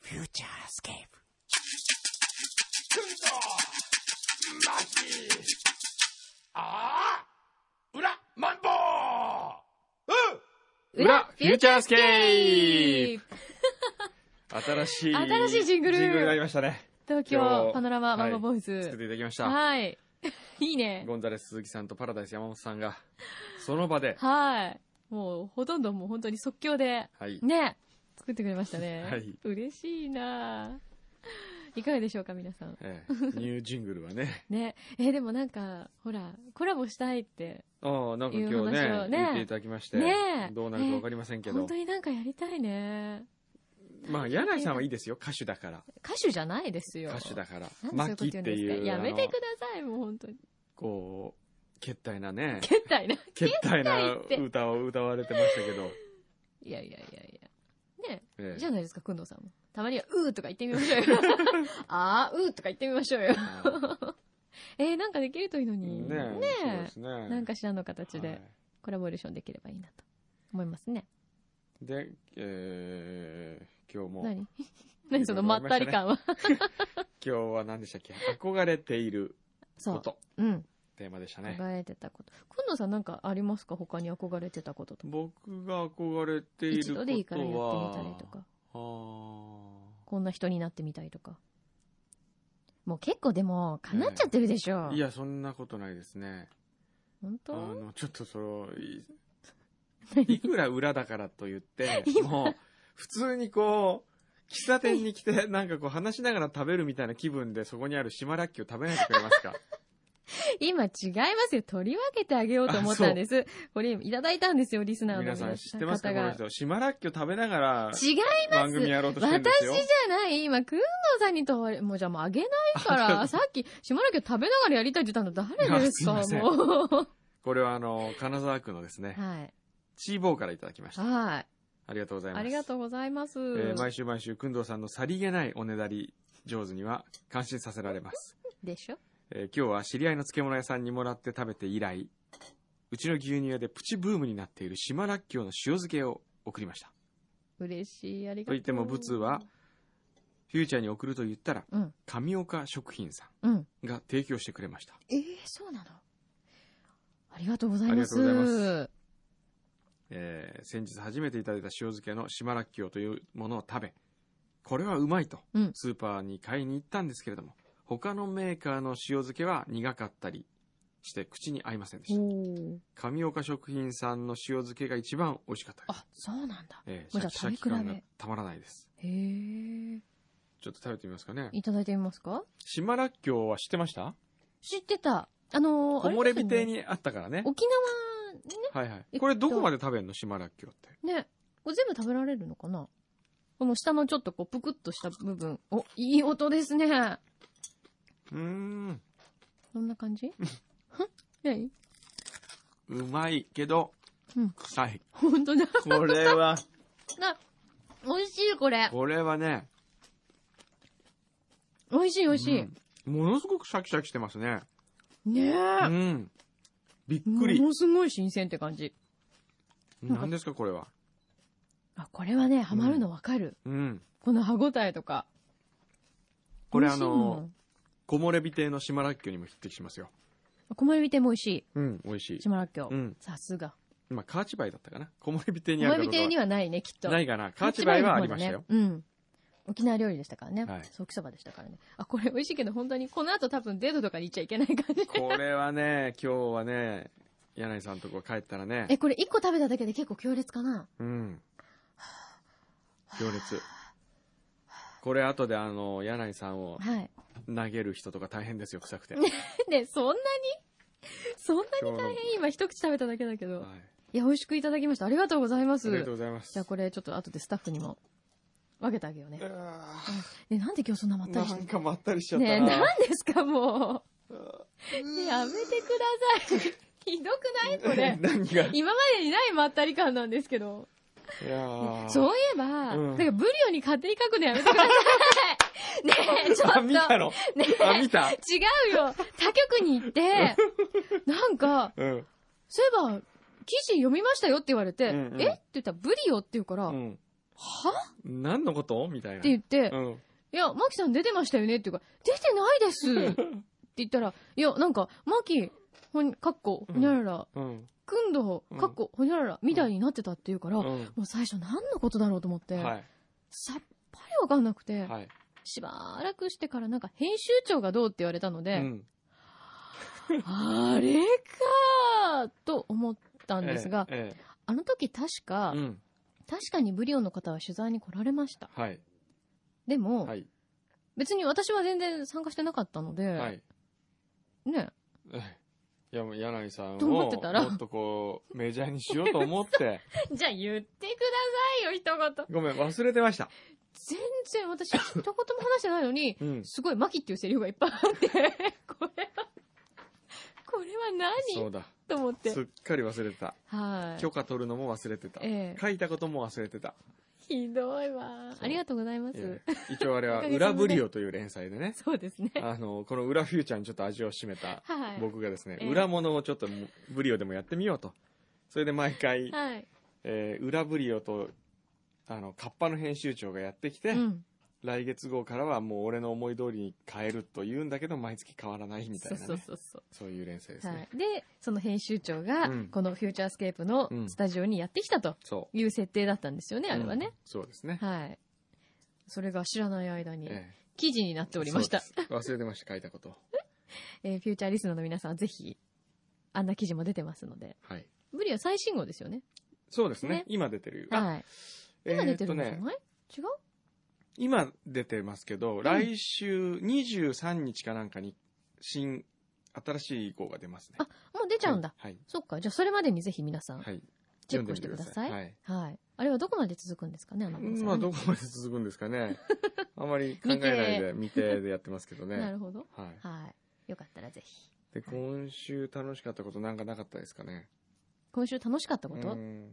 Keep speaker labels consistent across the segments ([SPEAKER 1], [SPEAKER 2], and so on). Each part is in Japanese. [SPEAKER 1] フューチャースケープ。
[SPEAKER 2] 裏マンボ
[SPEAKER 3] 裏フューチャースケー
[SPEAKER 4] プ
[SPEAKER 3] プ新しい。
[SPEAKER 4] 新しいジングル
[SPEAKER 3] ジングルがありましたね。
[SPEAKER 4] 東
[SPEAKER 3] 今
[SPEAKER 4] 京
[SPEAKER 3] 日
[SPEAKER 4] パノラママンゴーボーイ
[SPEAKER 3] 作って
[SPEAKER 4] ズ。
[SPEAKER 3] いただきました。
[SPEAKER 4] はい。 いいね。
[SPEAKER 3] ゴンザレス鈴木さんとパラダイス山本さんが、その場で、
[SPEAKER 4] はい。もう、ほとんどもう本当に即興で、
[SPEAKER 3] はい。
[SPEAKER 4] ね、作ってくれましたね。
[SPEAKER 3] はい
[SPEAKER 4] 嬉しいなぁいかがでしょうか、皆さん。
[SPEAKER 3] ええニュージングルはね。
[SPEAKER 4] ね。えーでもなんか、ほら、コラボしたいって、
[SPEAKER 3] ああ、なんか今
[SPEAKER 4] いう
[SPEAKER 3] 日
[SPEAKER 4] 話
[SPEAKER 3] ね、
[SPEAKER 4] をね
[SPEAKER 3] 言っていただきまして、
[SPEAKER 4] ねえ
[SPEAKER 3] どうなるかわかりませんけ
[SPEAKER 4] 本
[SPEAKER 3] ど
[SPEAKER 4] 当、になんかやりたいね。
[SPEAKER 3] まあ、柳井さんはいいですよ。歌手だから。
[SPEAKER 4] 歌手じゃないですよ。
[SPEAKER 3] 歌手だから。
[SPEAKER 4] なん
[SPEAKER 3] マ
[SPEAKER 4] でそ
[SPEAKER 3] キ
[SPEAKER 4] う
[SPEAKER 3] っ
[SPEAKER 4] いうこと
[SPEAKER 3] て
[SPEAKER 4] 言うんです
[SPEAKER 3] いう。
[SPEAKER 4] かやめてくだ
[SPEAKER 3] あの
[SPEAKER 4] さい、もう本当に。
[SPEAKER 3] こう、けったいなね、
[SPEAKER 4] けったいな。
[SPEAKER 3] けったいな
[SPEAKER 4] けったいって
[SPEAKER 3] 歌を歌われてましたけど、
[SPEAKER 4] いやいやいやいや。ね。
[SPEAKER 3] ええ
[SPEAKER 4] じゃないですか、くんどうさんも。たまには、うーとか言ってみましょう よ。あー、うーとか言ってみましょうよ。 えー、なんかできるといいのに。
[SPEAKER 3] ねえ、そうですね。
[SPEAKER 4] なんかしらの形
[SPEAKER 3] は
[SPEAKER 4] で
[SPEAKER 3] い
[SPEAKER 4] コラボレーションできればいいなと思いますね。
[SPEAKER 3] で、えー、今日も、今
[SPEAKER 4] 何 何そのまったり 感は。
[SPEAKER 3] 日は何でしたっけ憧れている
[SPEAKER 4] そ
[SPEAKER 3] こ
[SPEAKER 4] う。
[SPEAKER 3] と、
[SPEAKER 4] うん。
[SPEAKER 3] テーマでしたね。
[SPEAKER 4] 憧れてたこと。くんどうさんなんかありますか他に憧れてたこととか。
[SPEAKER 3] 僕が憧れているこ
[SPEAKER 4] 一
[SPEAKER 3] とは、
[SPEAKER 4] 度でいいからやってみたりとか。
[SPEAKER 3] あ
[SPEAKER 4] こんな人になってみたいとか。もう結構でも、叶っちゃってるでしょ。
[SPEAKER 3] ーいや、そんなことないですね。
[SPEAKER 4] 本
[SPEAKER 3] あ
[SPEAKER 4] 当
[SPEAKER 3] の、ちょっとその、い いくら裏だからと言って、もう、普通にこう、喫茶店に来て、なんかこう話しながら食べるみたいな気分で、そこにある島らっきょう食べないでくれます か
[SPEAKER 4] 今違いますよ。取り分けてあげようと思ったんです。これいただいたんですよ、リスナーの
[SPEAKER 3] 皆
[SPEAKER 4] 皆さ
[SPEAKER 3] さ
[SPEAKER 4] ん
[SPEAKER 3] ん知ってますか
[SPEAKER 4] 方
[SPEAKER 3] この
[SPEAKER 4] が。
[SPEAKER 3] 人。島らっきょう食べながら、
[SPEAKER 4] 違いま
[SPEAKER 3] 番
[SPEAKER 4] す。
[SPEAKER 3] 組やろうとしてる
[SPEAKER 4] 私
[SPEAKER 3] ん
[SPEAKER 4] じ
[SPEAKER 3] ですよ。
[SPEAKER 4] ゃない。今、くんのさんにとわれ、もうじゃあもうあげないから、さっき、しまらきょ食べながらやりたいって言ったの誰です
[SPEAKER 3] あ
[SPEAKER 4] か
[SPEAKER 3] すいません
[SPEAKER 4] もう。
[SPEAKER 3] これはあの、金沢区のですね、
[SPEAKER 4] はい。
[SPEAKER 3] チーボーからいただきました。
[SPEAKER 4] はい。
[SPEAKER 3] ありがとうございます。
[SPEAKER 4] ありがとうございます。
[SPEAKER 3] えー毎週毎週、くんどうさんのさりげないおねだり上手には感心させられます。
[SPEAKER 4] でしょ
[SPEAKER 3] えー今日は知り合いの漬物屋さんにもらって食べて以来、うちの牛乳屋でプチブームになっている島らっきょうの塩漬けを送りました。
[SPEAKER 4] 嬉しい、あり
[SPEAKER 3] と
[SPEAKER 4] がとう。
[SPEAKER 3] 言っても、ブツは、フューチャーに送ると言ったら、
[SPEAKER 4] うん。
[SPEAKER 3] 神岡食品さ
[SPEAKER 4] うん。
[SPEAKER 3] んが提供してくれました。
[SPEAKER 4] ええそうなのありがとうございます。
[SPEAKER 3] ありがとうござえー先日初めていただいた塩漬けの島らっきょうというものを食べ、これはうまいと
[SPEAKER 4] うん、
[SPEAKER 3] スーパーに買いに行ったんですけれども、他のメーカーの塩漬けは苦かったりして口に合いませんでした。
[SPEAKER 4] おー
[SPEAKER 3] 神岡食品さんの塩漬けが一番美味しかったです。
[SPEAKER 4] あ、そうなんだ。
[SPEAKER 3] えーシ
[SPEAKER 4] もうじ
[SPEAKER 3] ャ
[SPEAKER 4] ゃあ
[SPEAKER 3] キシャキ感
[SPEAKER 4] 食べ
[SPEAKER 3] が
[SPEAKER 4] 比べ
[SPEAKER 3] たまらないです。
[SPEAKER 4] へえ。
[SPEAKER 3] ちょっと食べてみますかね。
[SPEAKER 4] いただいてみますか
[SPEAKER 3] 島らっきょうは知ってました
[SPEAKER 4] 知ってた。あのー、
[SPEAKER 3] 木漏れ日
[SPEAKER 4] あれ
[SPEAKER 3] 亭
[SPEAKER 4] ですよね
[SPEAKER 3] にあったからね。
[SPEAKER 4] 沖
[SPEAKER 3] はいは
[SPEAKER 4] え
[SPEAKER 3] い。
[SPEAKER 4] っと
[SPEAKER 3] これどこまで食べるの島らっきょうって。
[SPEAKER 4] 縄ね、ね、これ全部食べられるのかなこの下のちょっとこう、ぷくっとした部分。お、いい音ですね。
[SPEAKER 3] うーん。
[SPEAKER 4] どんな 感じ何
[SPEAKER 3] うまいけど
[SPEAKER 4] うん、
[SPEAKER 3] 臭 い。
[SPEAKER 4] 本当だ。
[SPEAKER 3] これは、
[SPEAKER 4] な、美味しい、これ。
[SPEAKER 3] これはね、
[SPEAKER 4] 美味しい、美味しい。
[SPEAKER 3] うんものすごくシャキシャキしてますね。
[SPEAKER 4] ね
[SPEAKER 3] う
[SPEAKER 4] え。
[SPEAKER 3] ん。びっくり
[SPEAKER 4] も。のすごい新鮮って感じ。なんか
[SPEAKER 3] 何ですか、これは。
[SPEAKER 4] あ、これはね、ハマるのわかる。
[SPEAKER 3] うん。
[SPEAKER 4] この歯応えとか。
[SPEAKER 3] これあ
[SPEAKER 4] 美味しいも
[SPEAKER 3] の、
[SPEAKER 4] ん、
[SPEAKER 3] 木漏れ日亭の島らっきょうにも匹敵しますよ。
[SPEAKER 4] 小麦店も美味し
[SPEAKER 3] うん、美味し
[SPEAKER 4] い。
[SPEAKER 3] い。
[SPEAKER 4] 島らっきょ
[SPEAKER 3] う
[SPEAKER 4] う。
[SPEAKER 3] ん。
[SPEAKER 4] さすが。
[SPEAKER 3] まあ、カーチバイだったかな。木漏れ日亭
[SPEAKER 4] 小
[SPEAKER 3] にあるか
[SPEAKER 4] 麦
[SPEAKER 3] どうか
[SPEAKER 4] 店に
[SPEAKER 3] は。
[SPEAKER 4] はないね、きっと。
[SPEAKER 3] ないかな。カーチバイはありましたよ。
[SPEAKER 4] ね。うん。沖縄料理でしたからね。
[SPEAKER 3] はい
[SPEAKER 4] ソーキそばでしたからね。あ、これ美味しいけど、本当にこの後多分デートとかに行っちゃいけない 感じ。
[SPEAKER 3] これはね、今日はね、柳井さんとこ帰ったらね
[SPEAKER 4] え、、これ1個食べただけで結構強烈かな
[SPEAKER 3] うん。行列。これ後であの、柳井さんを
[SPEAKER 4] はい。
[SPEAKER 3] 投げる人とか大変ですよ、臭くて。
[SPEAKER 4] ね、そんなにそんなに
[SPEAKER 3] 今日の
[SPEAKER 4] 今一口食べただけだけど。
[SPEAKER 3] はい
[SPEAKER 4] いや、美味しくいただきました。ありがとうございま
[SPEAKER 3] あ
[SPEAKER 4] す。
[SPEAKER 3] りがとうございます
[SPEAKER 4] じゃあ。これちょっと後でスタッフにも分けてあげようね。
[SPEAKER 3] あ
[SPEAKER 4] ね、なんで今日そんなま
[SPEAKER 3] ー
[SPEAKER 4] ったりし
[SPEAKER 3] な
[SPEAKER 4] て
[SPEAKER 3] ん
[SPEAKER 4] る
[SPEAKER 3] かまったりしちゃった
[SPEAKER 4] ねえ、
[SPEAKER 3] な。。
[SPEAKER 4] なんですかもう。やめてください。 ひどく ないこれ
[SPEAKER 3] 何が。い
[SPEAKER 4] 今までにないまったり感なんですけど。
[SPEAKER 3] やー
[SPEAKER 4] そういえば、
[SPEAKER 3] うん
[SPEAKER 4] なんかブリオに勝手に書くのやめてください。ねえ、ちょっ
[SPEAKER 3] あ、
[SPEAKER 4] と。
[SPEAKER 3] 見たの
[SPEAKER 4] ね
[SPEAKER 3] あ、見た
[SPEAKER 4] 違うよ他局に行って、 なんか、
[SPEAKER 3] うん。
[SPEAKER 4] そういえば、記事読みましたよって言われて、
[SPEAKER 3] うんうん
[SPEAKER 4] えって言ったら、ブリオって言うから、
[SPEAKER 3] うん。
[SPEAKER 4] は
[SPEAKER 3] 何のことみたいな。
[SPEAKER 4] って言って、
[SPEAKER 3] うん。
[SPEAKER 4] いや、マキさん出てましたよねって言うから、出てない ですって言ったら、いや、なんか、マキ、ほん、かっこ、ほにゃらら、
[SPEAKER 3] うん。
[SPEAKER 4] くんど
[SPEAKER 3] うん、
[SPEAKER 4] かっこ、ほにゃらら、みたいになってたって言うから、も
[SPEAKER 3] う
[SPEAKER 4] う最初何のことだろうと思って、
[SPEAKER 3] ん。は
[SPEAKER 4] さっぱりわかんなくて、
[SPEAKER 3] い。はい。
[SPEAKER 4] しばらくしてからなんか編集長がどうって言われたの
[SPEAKER 3] う
[SPEAKER 4] で、
[SPEAKER 3] ん。
[SPEAKER 4] あれかーと思ったんですが、
[SPEAKER 3] ええ、
[SPEAKER 4] あの時確か、
[SPEAKER 3] ええうん。
[SPEAKER 4] 確かにブリオの方は取材に来られました。
[SPEAKER 3] はい。
[SPEAKER 4] でも、
[SPEAKER 3] はい。
[SPEAKER 4] 別に私は全然参加してなかったので、
[SPEAKER 3] はい。
[SPEAKER 4] ね、
[SPEAKER 3] いや、 もう柳井さんを、
[SPEAKER 4] と思ってたら
[SPEAKER 3] もっとこう、メジャーにしようと思 って、
[SPEAKER 4] じゃあ言ってくださいよ、一言。
[SPEAKER 3] ごめん、忘れてました。
[SPEAKER 4] 全然私、一言も話してないのに、
[SPEAKER 3] うん。
[SPEAKER 4] すごいマキっていうセリフがいっぱいあって、 これは、これは
[SPEAKER 3] そ
[SPEAKER 4] 何
[SPEAKER 3] うだ。
[SPEAKER 4] と思って
[SPEAKER 3] す。っかり忘れてた。
[SPEAKER 4] はい。
[SPEAKER 3] 許可取るのも忘れてた。
[SPEAKER 4] ええ
[SPEAKER 3] 書いたことも忘れてた。
[SPEAKER 4] ひどいわ
[SPEAKER 3] そ。う
[SPEAKER 4] ありがとうございま
[SPEAKER 3] い
[SPEAKER 4] す。
[SPEAKER 3] や 一応あれは、
[SPEAKER 4] おかげさま
[SPEAKER 3] 裏
[SPEAKER 4] で
[SPEAKER 3] ブリオという連載でね、
[SPEAKER 4] そうですね。
[SPEAKER 3] あの、この裏フューチャーにちょっと味を占めた、
[SPEAKER 4] はい。
[SPEAKER 3] 僕がですね、
[SPEAKER 4] ええ
[SPEAKER 3] 裏物をちょっとブリオでもやってみようと。それで毎回、
[SPEAKER 4] はい。
[SPEAKER 3] えー裏ブリオと、あの、カッパの編集長がやってきて、
[SPEAKER 4] うん。
[SPEAKER 3] 来月号からはもう俺の思い通りに変えると言うんだけど、毎月変わらないみたいなね。そ
[SPEAKER 4] そううそうそう
[SPEAKER 3] いう連載です
[SPEAKER 4] そう、
[SPEAKER 3] ね。
[SPEAKER 4] はい。で、その編集長が
[SPEAKER 3] うん、
[SPEAKER 4] このフューチャースケープの
[SPEAKER 3] うん
[SPEAKER 4] スタジオにやってきたと
[SPEAKER 3] そ
[SPEAKER 4] いう設定だったんですよね、
[SPEAKER 3] う。
[SPEAKER 4] あれは
[SPEAKER 3] う
[SPEAKER 4] ね
[SPEAKER 3] ん。。そうですね。
[SPEAKER 4] はい。それが知らない間に、
[SPEAKER 3] ええ
[SPEAKER 4] 記事になっておりました。
[SPEAKER 3] そうです忘れてました、書いたこと。
[SPEAKER 4] えーフューチャーリスナーの皆さんはぜひ、あんな記事も出てますので。
[SPEAKER 3] はい。
[SPEAKER 4] ブリは最新号ですよね。
[SPEAKER 3] そうですね。
[SPEAKER 4] ね
[SPEAKER 3] 今出てる。あ
[SPEAKER 4] はい。今出てるんじゃ
[SPEAKER 3] えーっとね、
[SPEAKER 4] ない、違う
[SPEAKER 3] 今出てますけど、来週23日かなんかに、新、新しい号が出ますね。
[SPEAKER 4] あもう出ちゃうんだ。
[SPEAKER 3] はい。
[SPEAKER 4] そっか。じゃあそれまでにぜひ皆さん、
[SPEAKER 3] はい。
[SPEAKER 4] チェックしてください。
[SPEAKER 3] 読
[SPEAKER 4] は
[SPEAKER 3] んでみ
[SPEAKER 4] い
[SPEAKER 3] て。
[SPEAKER 4] あれはどこまで続くんですかね、あの皆さん
[SPEAKER 3] まあ、どこまで続くんですか ね。あまり考えないで、未定でやってますけど
[SPEAKER 4] な
[SPEAKER 3] ね。
[SPEAKER 4] るほど。
[SPEAKER 3] はい。
[SPEAKER 4] はい。よかったらぜひ。
[SPEAKER 3] で、今週楽しかったことなんかなかったですかね。
[SPEAKER 4] 今週楽しかったこ
[SPEAKER 3] う
[SPEAKER 4] と、
[SPEAKER 3] ん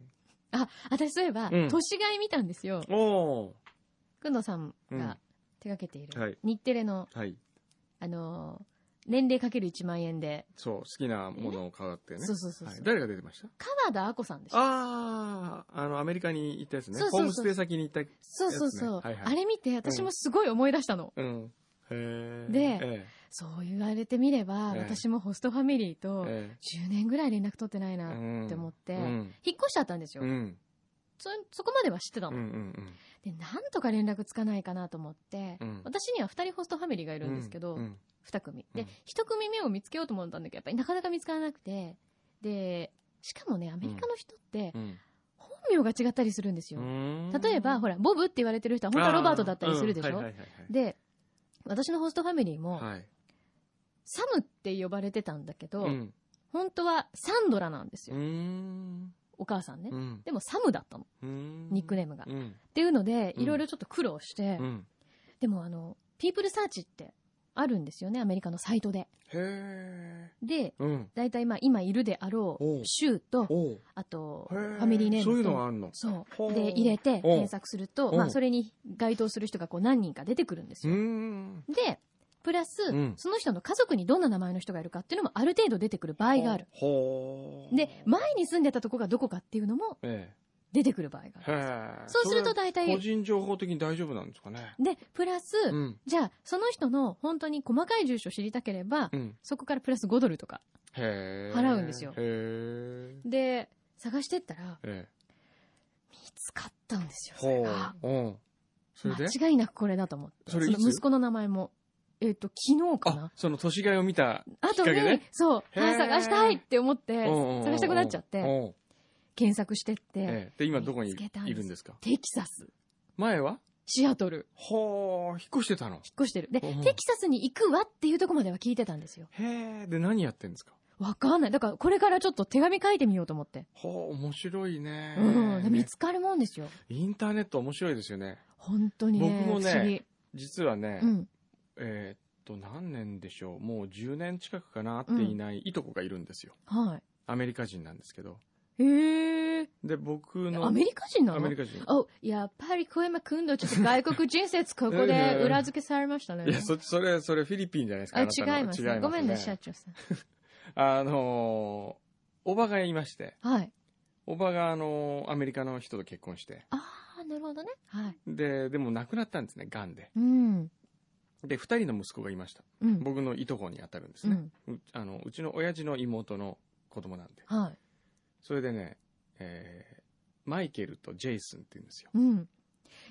[SPEAKER 4] あ、私そういえば、
[SPEAKER 3] うん
[SPEAKER 4] 年がい見たんですよ。
[SPEAKER 3] お
[SPEAKER 4] くんのさん
[SPEAKER 3] うん
[SPEAKER 4] が手掛けている、
[SPEAKER 3] はい
[SPEAKER 4] 日テレの、
[SPEAKER 3] ーはい。
[SPEAKER 4] あのー年齢かける1万円で、
[SPEAKER 3] そう、好きなものを買ってね。
[SPEAKER 4] そうそうそうそう、
[SPEAKER 3] はい誰が出てました
[SPEAKER 4] 川田あこさんでしょ
[SPEAKER 3] ああ、あの、アメリカに行ったやつね。
[SPEAKER 4] そうそうそう
[SPEAKER 3] ホームステイ先に行った。
[SPEAKER 4] そうそうそう、
[SPEAKER 3] やつねはいはい
[SPEAKER 4] あれ見て私もすごい思い出したの。
[SPEAKER 3] うん。へー
[SPEAKER 4] で
[SPEAKER 3] え
[SPEAKER 4] そう言われてみれば、
[SPEAKER 3] ええ
[SPEAKER 4] 私もホストファミリー
[SPEAKER 3] え
[SPEAKER 4] と
[SPEAKER 3] え
[SPEAKER 4] 10年ぐらい連絡取ってないな
[SPEAKER 3] え
[SPEAKER 4] っ
[SPEAKER 3] うん
[SPEAKER 4] て思って、
[SPEAKER 3] うん。
[SPEAKER 4] 引っ越しちゃったんですよ、
[SPEAKER 3] うん。
[SPEAKER 4] そ。そこまでは知ってた
[SPEAKER 3] うん。う
[SPEAKER 4] の、
[SPEAKER 3] ん。
[SPEAKER 4] で、なんとか連絡つかないかなと思って、
[SPEAKER 3] うん
[SPEAKER 4] 私には2人ホストファミリーがいるんですけど、
[SPEAKER 3] うんうん
[SPEAKER 4] 二組。
[SPEAKER 3] う
[SPEAKER 4] で
[SPEAKER 3] ん、
[SPEAKER 4] 一組目を見つけようと思ったんだけど、やっぱりなかなか見つからなくて、で、しかもね、アメリカの人って
[SPEAKER 3] う、ん
[SPEAKER 4] 本名が違ったりするんですよ。
[SPEAKER 3] うん
[SPEAKER 4] 例えば、ほら、ボブって言われてる人は本当はロバートだったりするでし
[SPEAKER 3] あーうん
[SPEAKER 4] ょ
[SPEAKER 3] はいはいはいはい
[SPEAKER 4] で、私のホストファミリーも、
[SPEAKER 3] はい。
[SPEAKER 4] サムって呼ばれてたんだけど、
[SPEAKER 3] うん。
[SPEAKER 4] 本当はサンドラなんです
[SPEAKER 3] う
[SPEAKER 4] よ。
[SPEAKER 3] ん。
[SPEAKER 4] お母さんね
[SPEAKER 3] う。ん。
[SPEAKER 4] でもサムだったの、
[SPEAKER 3] うん
[SPEAKER 4] ニックネームが。っ
[SPEAKER 3] うん。
[SPEAKER 4] ていうので、
[SPEAKER 3] うん
[SPEAKER 4] いろいろちょっと苦労して
[SPEAKER 3] う、ん。
[SPEAKER 4] でもあの、ピープルサーチってあるんですよね、アメリカのサイトで。
[SPEAKER 3] へ
[SPEAKER 4] で、
[SPEAKER 3] ーうん。
[SPEAKER 4] 大体まあ今いるであろ
[SPEAKER 3] おう
[SPEAKER 4] う州と、
[SPEAKER 3] おう
[SPEAKER 4] あと、
[SPEAKER 3] へ
[SPEAKER 4] フ
[SPEAKER 3] ー
[SPEAKER 4] ァミリーネームと。
[SPEAKER 3] そういうのがあるの。
[SPEAKER 4] そ
[SPEAKER 3] ほう
[SPEAKER 4] う。で、入れて
[SPEAKER 3] ん
[SPEAKER 4] 検索すると、
[SPEAKER 3] うん
[SPEAKER 4] まあ、それに該当する人がこう何人か出てくるんです
[SPEAKER 3] う
[SPEAKER 4] よ。
[SPEAKER 3] ん。
[SPEAKER 4] で、プラ
[SPEAKER 3] う
[SPEAKER 4] ス、
[SPEAKER 3] ん
[SPEAKER 4] その人の家族にどんな名前の人がいるかっていうのもある程度出てくる場合がある。
[SPEAKER 3] ほう。
[SPEAKER 4] で、前に住んでたとこがどこかっていうのも
[SPEAKER 3] え
[SPEAKER 4] 出てくる場合が
[SPEAKER 3] え。
[SPEAKER 4] ある。
[SPEAKER 3] へえ。
[SPEAKER 4] そうすると
[SPEAKER 3] 個
[SPEAKER 4] 大体、
[SPEAKER 3] 人情報的に大丈夫なんですかね。
[SPEAKER 4] で、プラス、
[SPEAKER 3] うん。
[SPEAKER 4] じゃあ、その人の本当に細かい住所知りたければ、
[SPEAKER 3] うん。
[SPEAKER 4] そこからプラス5ドルとか。
[SPEAKER 3] へえ。
[SPEAKER 4] 払うんですよ
[SPEAKER 3] へえ。
[SPEAKER 4] で、探してったら、
[SPEAKER 3] ええ。
[SPEAKER 4] 見つかったんですよ、それ
[SPEAKER 3] ほう
[SPEAKER 4] が。。
[SPEAKER 3] うん。それで
[SPEAKER 4] 間違いなくこれだと思って。
[SPEAKER 3] そ
[SPEAKER 4] そ
[SPEAKER 3] れいつ
[SPEAKER 4] の息子の名前も、えっ、と、昨日か
[SPEAKER 3] あ
[SPEAKER 4] な、。
[SPEAKER 3] その年がいを見た
[SPEAKER 4] あ
[SPEAKER 3] きっ
[SPEAKER 4] と
[SPEAKER 3] かけ
[SPEAKER 4] に
[SPEAKER 3] ね。、
[SPEAKER 4] そう、
[SPEAKER 3] へー
[SPEAKER 4] あ探したいって思って、
[SPEAKER 3] うんうんうん
[SPEAKER 4] 探したくなっちゃっ
[SPEAKER 3] う
[SPEAKER 4] て、
[SPEAKER 3] ん
[SPEAKER 4] 検索してって、
[SPEAKER 3] ええで、今どこに
[SPEAKER 4] 見つけたんです
[SPEAKER 3] いるんですか
[SPEAKER 4] テキサス、
[SPEAKER 3] 前は
[SPEAKER 4] シアトル、
[SPEAKER 3] ほー、引っ越してたの。
[SPEAKER 4] 引っ越してる。で、
[SPEAKER 3] うん
[SPEAKER 4] テキサスに行くわっていうとこまでは聞いてたんですよ。
[SPEAKER 3] へー、で何やってんですか
[SPEAKER 4] わかんない。だからこれからちょっと手紙書いてみようと思って。
[SPEAKER 3] ほう、面白いね。
[SPEAKER 4] うん。見
[SPEAKER 3] ね
[SPEAKER 4] つかるもんですよ。
[SPEAKER 3] インターネット面白いですよね。
[SPEAKER 4] 本当にね。
[SPEAKER 3] 僕もね
[SPEAKER 4] 不思議。
[SPEAKER 3] 実はね、
[SPEAKER 4] うん。
[SPEAKER 3] えーっと、何年でしょう。もう10年近くかなっていないいとこがいるんですよ。
[SPEAKER 4] は
[SPEAKER 3] アメリカ人なんですけど。
[SPEAKER 4] い。へえ。
[SPEAKER 3] で、僕の。
[SPEAKER 4] アメリカ人な
[SPEAKER 3] アメ
[SPEAKER 4] の
[SPEAKER 3] リカ人。
[SPEAKER 4] お、やっぱり小山くんのちょっと外国人説ここ
[SPEAKER 3] いやい
[SPEAKER 4] で
[SPEAKER 3] や
[SPEAKER 4] 裏付けされましたね。
[SPEAKER 3] いや、そ、それ、それフィリピンじゃないですか。
[SPEAKER 4] あ
[SPEAKER 3] あ
[SPEAKER 4] 違
[SPEAKER 3] なたの
[SPEAKER 4] いますね。ごめんね、社長さ
[SPEAKER 3] あのー、おばがいまして、
[SPEAKER 4] ん。はい。
[SPEAKER 3] おばがあのーアメリカの人と結婚して、
[SPEAKER 4] ああ、なるほどね。はい。
[SPEAKER 3] で、でも亡くなったんですね、癌で。
[SPEAKER 4] うん。
[SPEAKER 3] で、二人の息子がいました。
[SPEAKER 4] うん。
[SPEAKER 3] 僕のいとこに当たるんです
[SPEAKER 4] う
[SPEAKER 3] ね。
[SPEAKER 4] ん。
[SPEAKER 3] うあのうちの親父の妹の子供なんで。
[SPEAKER 4] はい。
[SPEAKER 3] それでね、えーマイケルとジェイソンって言うんですよ。
[SPEAKER 4] うん。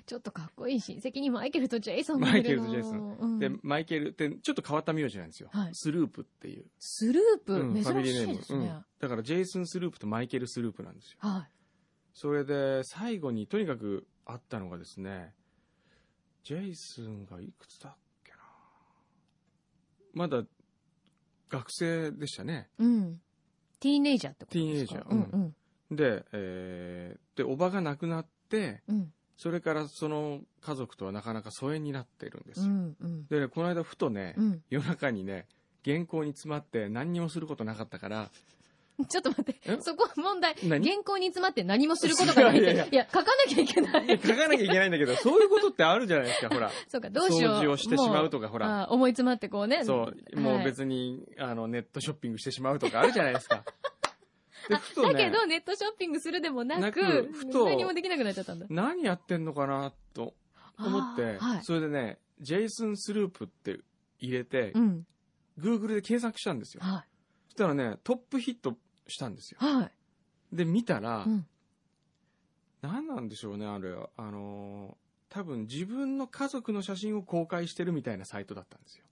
[SPEAKER 4] ちょっとかっこいい親戚にマイケルとジェイソンが
[SPEAKER 3] マイ
[SPEAKER 4] い
[SPEAKER 3] ケ
[SPEAKER 4] る
[SPEAKER 3] ル
[SPEAKER 4] の
[SPEAKER 3] とジェイソン
[SPEAKER 4] うん
[SPEAKER 3] で、マイケルってちょっと変わった名字なんですよ。
[SPEAKER 4] はい
[SPEAKER 3] スループっていう。
[SPEAKER 4] スループ、
[SPEAKER 3] うん
[SPEAKER 4] 珍しいです
[SPEAKER 3] う
[SPEAKER 4] ね。
[SPEAKER 3] んだからジェイソン・スループとマイケル・スループなんですよ。
[SPEAKER 4] は
[SPEAKER 3] それで、最後にとにかくあったのがですね、ジェイソンがいくつだっけなまだ学生でしたね。
[SPEAKER 4] い。うん。ティーンエイジャーってことですか
[SPEAKER 3] ティーンエイジャー
[SPEAKER 4] う
[SPEAKER 3] うんん
[SPEAKER 4] うん。
[SPEAKER 3] で、えーで、おばが亡くなって、
[SPEAKER 4] うん。
[SPEAKER 3] それからその家族とはなかなか疎遠になっているんです
[SPEAKER 4] う
[SPEAKER 3] よ。
[SPEAKER 4] ん。うん。
[SPEAKER 3] でね、この間ふとね、
[SPEAKER 4] うん。
[SPEAKER 3] 夜中にね、原稿に詰まって何にもすることなかったから、
[SPEAKER 4] ちょっと待って
[SPEAKER 3] え、
[SPEAKER 4] そこは問題。
[SPEAKER 3] 何
[SPEAKER 4] 原稿に詰まって何もすることがないって。い
[SPEAKER 3] い
[SPEAKER 4] や
[SPEAKER 3] やいやいや
[SPEAKER 4] 書かなきゃい けない。
[SPEAKER 3] 書かなきゃいけないんだ けど、そういうことってあるじゃないですか、ほら。
[SPEAKER 4] そうか、どうしよう。
[SPEAKER 3] 掃除をしてしまう
[SPEAKER 4] も
[SPEAKER 3] とか、ほ
[SPEAKER 4] う
[SPEAKER 3] ら。
[SPEAKER 4] あー思い詰まってこうね。
[SPEAKER 3] そう、
[SPEAKER 4] はい
[SPEAKER 3] もう別に、あの、ネットショッピングしてしまうとかあるじゃないです か。で、ふと
[SPEAKER 4] だけ
[SPEAKER 3] ね、
[SPEAKER 4] ど、ネットショッピングするでもなく、
[SPEAKER 3] なくふと
[SPEAKER 4] 何もできなくなっちゃったんだ。
[SPEAKER 3] 何やってんのかなと思って、
[SPEAKER 4] あーはい。
[SPEAKER 3] それでね、ジェイソン・スループって入れて
[SPEAKER 4] う、ん。
[SPEAKER 3] Google で検索したんですよ。
[SPEAKER 4] は
[SPEAKER 3] そしたらね、トップヒットしたんですよ
[SPEAKER 4] い。。はい。
[SPEAKER 3] で、見たら、
[SPEAKER 4] うん
[SPEAKER 3] 何なんでしょうね、あれ、あのー多分自分の家族の写真を公開してるみたいなサイトだったんですよ。